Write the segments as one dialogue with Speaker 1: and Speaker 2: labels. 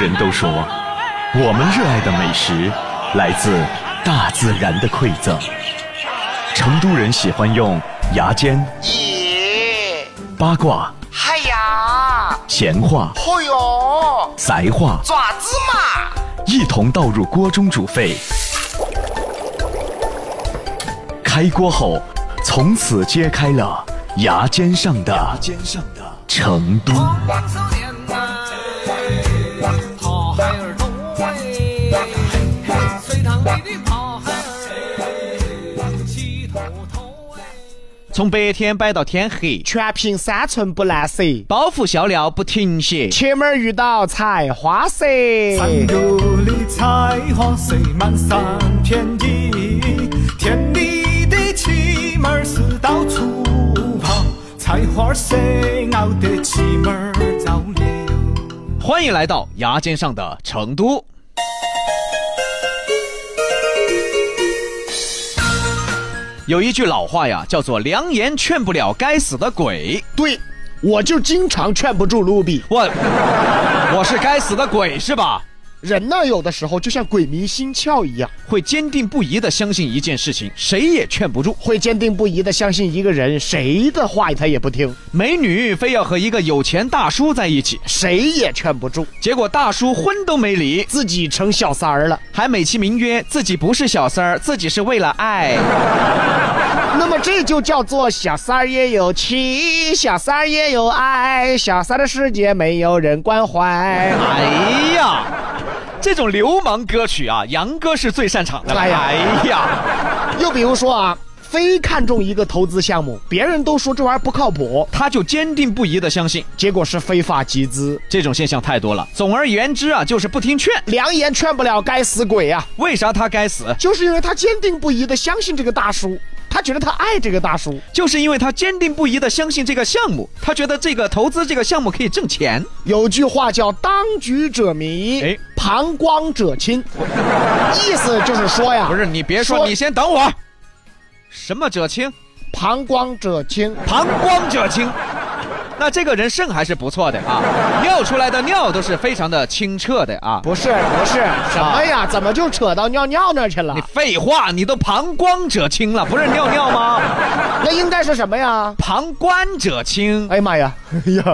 Speaker 1: 人都说，我们热爱的美食来自大自然的馈赠。成都人喜欢用牙尖、
Speaker 2: 咦，
Speaker 1: 八卦、
Speaker 2: 哎呀，
Speaker 1: 闲话、
Speaker 2: 嚯哟，
Speaker 1: 宅话
Speaker 2: 爪子嘛，
Speaker 1: 一同倒入锅中煮沸。开锅后，从此揭开了牙尖上的
Speaker 3: 肩上的。
Speaker 1: 成都。
Speaker 4: 望少年呐，跑海儿东哎，隋唐里的跑海儿，七头头哎。
Speaker 5: 从白天摆到天黑，
Speaker 2: 全凭三寸不烂舌，
Speaker 5: 包袱笑料不停歇。
Speaker 2: 前面遇到菜花色。
Speaker 3: 山沟里菜花塞满三片地，田里的气门儿是到处跑，菜花塞熬得气门儿着流。
Speaker 5: 欢迎来到牙尖上的成都。有一句老话呀，叫做“良言劝不了该死的鬼
Speaker 2: 对，我就经常劝不住卢比”。。
Speaker 5: 我，我是该死的鬼是吧？
Speaker 2: 人呢，有的时候就像鬼迷心窍一样，
Speaker 5: 会坚定不移的相信一件事情，谁也劝不住。
Speaker 2: 会坚定不移的相信一个人，谁的话他也不听，
Speaker 5: 美女非要和一个有钱大叔在一起，
Speaker 2: 谁也劝不住，
Speaker 5: 结果大叔婚都没离，
Speaker 2: 自己成小三儿了。
Speaker 5: 还美其名曰自己不是小三儿，自己是为了爱。
Speaker 2: 那么这就叫做小三儿也有情，小三儿也有爱，小三儿的世界没有人关怀。
Speaker 5: 哎呀，这种流氓歌曲啊，杨哥是最擅长的了。
Speaker 2: 哎呀
Speaker 5: 哎呀，
Speaker 2: 又比如说啊，非看中一个投资项目，别人都说这玩意儿不靠谱，
Speaker 5: 他就坚定不移的相信，
Speaker 2: 结果是非法集资。
Speaker 5: 这种现象太多了。总而言之啊，就是不听劝。
Speaker 2: 良言劝不了该死鬼啊，
Speaker 5: 为啥他该死？
Speaker 2: 就是因为他坚定不移的相信这个大叔，他觉得他爱这个大叔。
Speaker 5: 就是因为他坚定不移的相信这个项目，他觉得这个投资这个项目可以挣钱。
Speaker 2: 有句话叫“当局者迷，
Speaker 5: 哎
Speaker 2: 旁观者清”，意思就是说呀，
Speaker 5: 不是你别说，
Speaker 2: 说
Speaker 5: 你先等会儿。什么者清，
Speaker 2: 旁观者清。
Speaker 5: 旁观者清。那这个人肾还是不错的啊，尿出来的尿都是非常的清澈的啊。
Speaker 2: 不是不是什么哎呀？怎么就扯到尿尿那儿去了
Speaker 5: 你？废话，你都旁观者清了，不是尿尿吗？
Speaker 2: 那应该是什么呀？
Speaker 5: 旁观者清。
Speaker 2: 哎呀妈 呀！哎呀，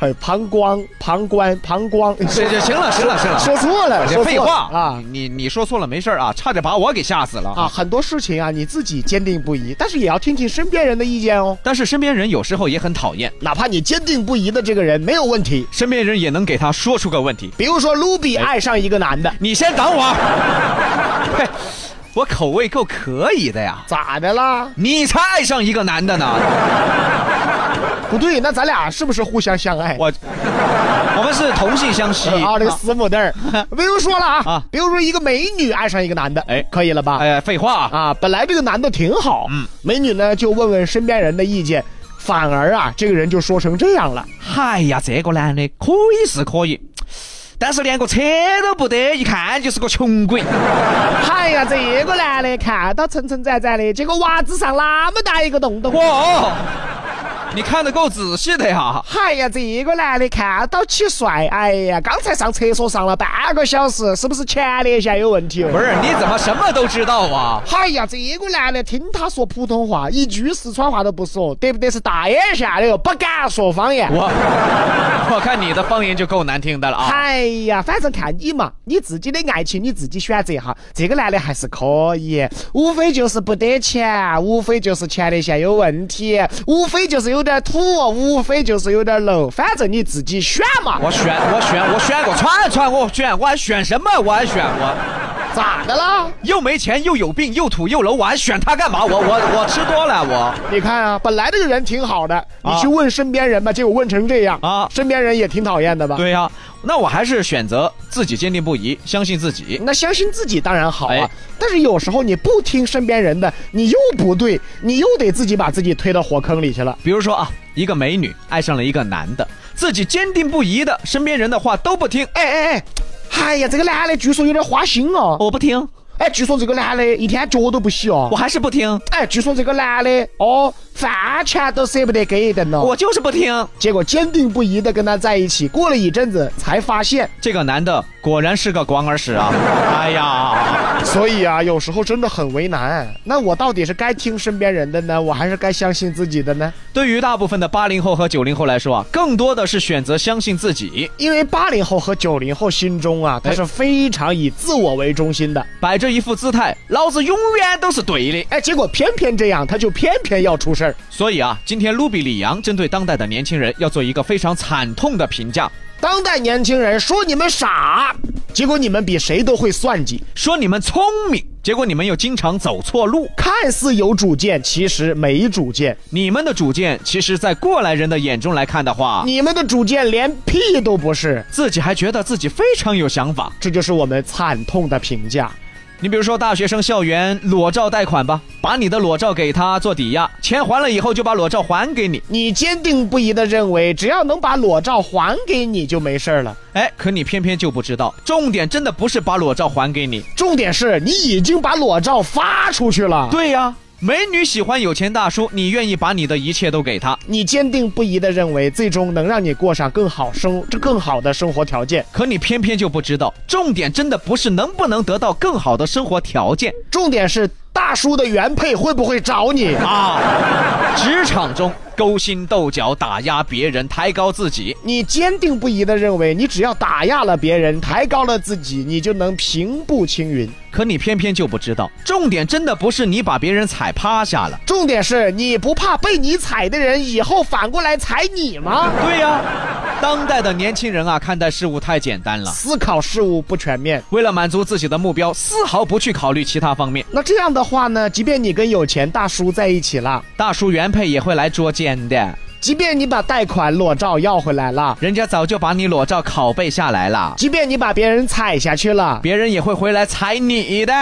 Speaker 2: 哎，膀胱膀胱膀胱，
Speaker 5: 这这行了，行了，行了。
Speaker 2: 说错了，
Speaker 5: 这
Speaker 2: 说
Speaker 5: 废
Speaker 2: 错了
Speaker 5: 话
Speaker 2: 啊
Speaker 5: 啊！你你说错了没事儿啊，差点把我给吓死了
Speaker 2: 啊！
Speaker 5: 啊！
Speaker 2: 很多事情啊，你自己坚定不移，但是也要听听身边人的意见哦。
Speaker 5: 但是身边人有时候也很讨厌，
Speaker 2: 哪怕你坚定不移的这个人没有问题，
Speaker 5: 身边人也能给他说出个问题。
Speaker 2: 比如说卢比爱上一个男的，
Speaker 5: 你先等我，嘿，我 口味够可以的呀。
Speaker 2: 咋的啦？
Speaker 5: 你才爱上一个男的 呢，
Speaker 2: 不对，那咱俩是不是互相相爱？
Speaker 5: 我我们是同性相吸。
Speaker 2: 啊，这个死母弟 儿，比如说了啊
Speaker 5: 啊，
Speaker 2: 比如说一个美女爱上一个男的，哎
Speaker 5: 哎，
Speaker 2: 可以了吧？
Speaker 5: 哎呀，废话啊，
Speaker 2: 啊，本来这个男的挺好，
Speaker 5: 嗯
Speaker 2: 美女呢就问问身边人的意见，反而啊，这个人就说成这样了。
Speaker 5: 哎呀，这个男的可以是可以，但是连个车都不得，一看就是个穷鬼。
Speaker 2: 哎呀，这个男的看到层层展展的，结果娃子上那么大一个洞洞。
Speaker 5: 哇，你看得够仔细的呀！
Speaker 2: 哎呀，这个男的看到起帅，哎呀，刚才上厕所上了半个小时，是不是前列腺有问题哦？
Speaker 5: 不是，你怎么什么都知道啊？
Speaker 2: 哎呀，这个男的听他说普通话，一句四川话都不说，对不对？是大眼下的哟，不敢说方言。
Speaker 5: 我我看你的方言就够难听的了啊！
Speaker 2: 哎呀，反正看你嘛，你自己的爱情你自己选择哈。这个男的还是可以，无非就是不得钱，无非就是前列腺有问题，无非就是有点土，哦无非就是有点 low，反正你自己选嘛。
Speaker 5: 我选我选我选过串串，我选我还选什么？我还选我
Speaker 2: 咋的啦？
Speaker 5: 又没钱又有病又土又楼，我还选他干嘛？我我我吃多了我
Speaker 2: 你看啊，本来这个人挺好的，你去问身边人吧，结果问成这样
Speaker 5: 啊
Speaker 2: 身边人也挺讨厌的吧？。
Speaker 5: 对呀、那我还是选择自己坚定不移，相信自己。
Speaker 2: 那相信自己当然好啊，
Speaker 5: 哎
Speaker 2: 但是有时候你不听身边人的，你又不对，你又得自己把自己推到火坑里去了。
Speaker 5: 比如说啊，一个美女爱上了一个男的，自己坚定不移的，身边人的话都不听。
Speaker 2: 哎哎哎，哎呀，这个男的据说有点花心哦。
Speaker 5: 我不听，
Speaker 2: 哎，据说这个男的一天脚都不洗哦
Speaker 5: 我。还是不听，
Speaker 2: 哎，据说这个男的哦，饭钱都舍不得给一顿了。
Speaker 5: 我就是不听。
Speaker 2: 结果坚定不移的跟他在一起，过了一阵子才发现，
Speaker 5: 这个男的果然是个光儿屎啊！哎呀，
Speaker 2: 所以啊，有时候真的很为难。那我到底是该听身边人的呢，我还是该相信自己的呢？
Speaker 5: 对于大部分的八零后和九零后来说啊，更多的是选择相信自己，
Speaker 2: 因为八零后和九零后心中啊，他是非常以自我为中心的。
Speaker 5: 摆着一副姿态，老子永远都是对的。
Speaker 2: 哎，结果偏偏这样，他就偏偏要出事儿。
Speaker 5: 所以啊，今天卢比里扬针对当代的年轻人要做一个非常惨痛的评价，
Speaker 2: 当代年轻人说你们傻，结果你们比谁都会算计，
Speaker 5: 说你们聪明，结果你们又经常走错路。
Speaker 2: 看似有主见，其实没主见。
Speaker 5: 你们的主见，其实在过来人的眼中来看的话，
Speaker 2: 你们的主见连屁都不是，
Speaker 5: 自己还觉得自己非常有想法。
Speaker 2: 这就是我们惨痛的评价。
Speaker 5: 你比如说，大学生校园裸照贷款吧，把你的裸照给他做抵押，钱还了以后就把裸照还给你。
Speaker 2: 你坚定不移地认为，只要能把裸照还给你就没事儿了。
Speaker 5: 哎，可你偏偏就不知道，重点真的不是把裸照还给你。
Speaker 2: 重点是你已经把裸照发出去了，
Speaker 5: 对呀、美女喜欢有钱大叔，你愿意把你的一切都给他，
Speaker 2: 你坚定不移地认为，最终能让你过上更好生这更好的生活条件。
Speaker 5: 可你偏偏就不知道，重点真的不是能不能得到更好的生活条件
Speaker 2: 重点是大叔的原配会不会找你？
Speaker 5: 啊！职场中勾心斗角，打压别人，抬高自己。
Speaker 2: 你坚定不移地认为，你只要打压了别人，抬高了自己，你就能平步青云。
Speaker 5: 可你偏偏就不知道，重点真的不是你把别人踩趴下了。
Speaker 2: 重点是你不怕被你踩的人以后反过来踩你吗？
Speaker 5: 对呀、当代的年轻人啊，看待事物太简单了，
Speaker 2: 思考事物不全面。
Speaker 5: 为了满足自己的目标，丝毫不去考虑其他方面。
Speaker 2: 那这样的话呢，即便你跟有钱大叔在一起了，
Speaker 5: 大叔原配也会来捉奸的，
Speaker 2: 即便你把贷款裸照要回来了，
Speaker 5: 人家早就把你裸照拷贝下来了，
Speaker 2: 即便你把别人踩下去了，
Speaker 5: 别人也会回来踩你的。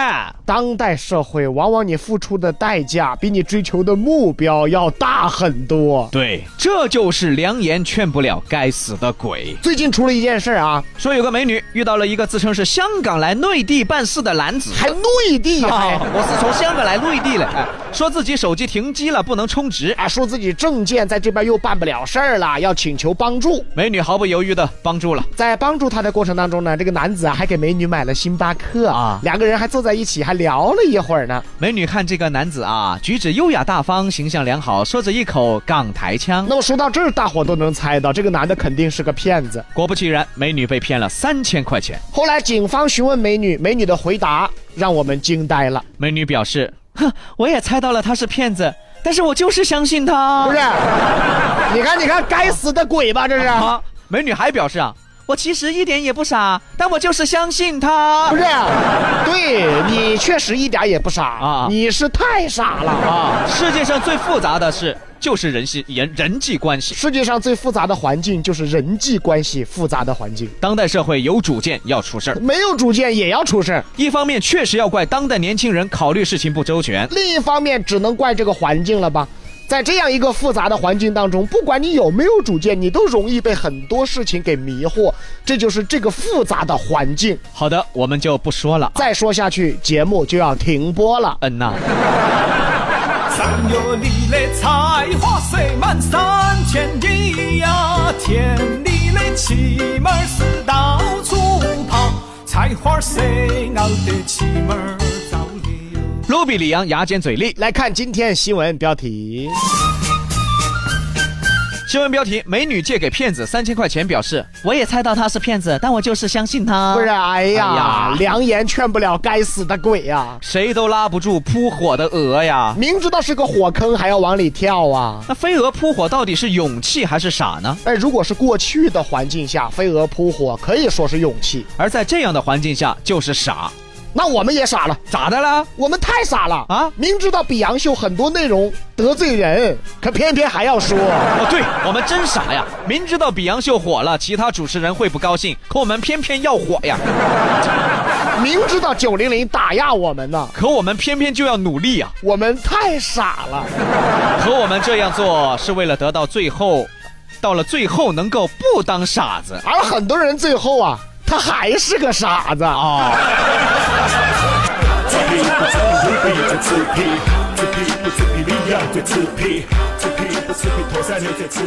Speaker 2: 当代社会往往你付出的代价比你追求的目标要大很多。
Speaker 5: 对，这就是良言劝不了该死的鬼。
Speaker 2: 最近出了一件事儿啊，
Speaker 5: 说有个美女遇到了一个自称是香港来内地办事的男子。
Speaker 2: 还内地还
Speaker 5: 啊，我是从香港来内地的，哎说自己手机停机了，不能充值。
Speaker 2: 啊，说自己证件在这边又办不了事儿了，要请求帮助。
Speaker 5: 美女毫不犹豫的帮助了。
Speaker 2: 在帮助他的过程当中呢，这个男子啊还给美女买了星巴克
Speaker 5: 啊
Speaker 2: 两个人还坐在一起，还聊了一会儿呢。
Speaker 5: 美女看这个男子啊，举止优雅大方，形象良好，说着一口港台腔。
Speaker 2: 那么说到这儿，大伙都能猜到，这个男的肯定是个骗子。
Speaker 5: 果不其然，美女被骗了三千块钱。
Speaker 2: 后来警方询问美女，美女的回答让我们惊呆了。
Speaker 5: 美女表示：“哼，我也猜到了他是骗子，但是我就是相信他。”
Speaker 2: 不是，你看，你看，该死的鬼吧，这是。
Speaker 5: 啊，美女还表示啊，我其实一点也不傻，但我就是相信他
Speaker 2: 不。是，对你确实一点也不傻
Speaker 5: 啊
Speaker 2: 你是太傻了。
Speaker 5: 啊，世界上最复杂的事就是人系人人际关系。
Speaker 2: 世界上最复杂的环境就是人际关系复杂的环境，
Speaker 5: 当代社会有主见要出事儿，
Speaker 2: 没有主见也要出事儿。
Speaker 5: 一方面确实要怪当代年轻人考虑事情不周全，
Speaker 2: 另一方面，只能怪这个环境了吧。在这样一个复杂的环境当中，不管你有没有主见，你都容易被很多事情给迷惑，这就是这个复杂的环境。
Speaker 5: 好的，我们就不说了。
Speaker 2: 再说下去，节目就要停播了。
Speaker 5: 嗯呐、
Speaker 3: 三月里的菜花塞满三千里呀，田里的气门儿是到处跑，菜花塞熬的气门儿早流。
Speaker 5: 卢比里昂牙尖嘴利。
Speaker 2: 来看今天新闻标题：
Speaker 5: 新闻标题：美女借给骗子三千块钱，表示我也猜到他是骗子，但我就是相信他。
Speaker 2: 不是，哎呀，
Speaker 5: 哎呀
Speaker 2: 良言劝不了该死的鬼呀、
Speaker 5: 谁都拉不住扑火的鹅呀。
Speaker 2: 明知道是个火坑，还要往里跳啊！
Speaker 5: 那飞蛾扑火到底是勇气还是傻呢？
Speaker 2: 哎，如果是过去的环境下，飞蛾扑火可以说是勇气。
Speaker 5: 而在这样的环境下，就是傻，
Speaker 2: 那我们也傻了，
Speaker 5: 咋的啦？
Speaker 2: 我们太傻了
Speaker 5: 啊
Speaker 2: 明知道比洋秀很多内容得罪人，可偏偏还要说。
Speaker 5: 哦，对我们真傻呀！明知道比洋秀火了，其他主持人会不高兴，可我们偏偏要火呀！
Speaker 2: 明知道九零零打压我们呢，
Speaker 5: 可我们偏偏就要努力呀！
Speaker 2: 我们太傻了。
Speaker 5: 可我们这样做是为了得到最后，到了最后能够不当傻子
Speaker 2: 而啊很多人最后啊，他还是个傻子。
Speaker 5: 哦。
Speaker 6: 吃皮不比最吃皮，吃皮不吃皮，一样最吃皮，吃皮不吃皮，头上流着吃。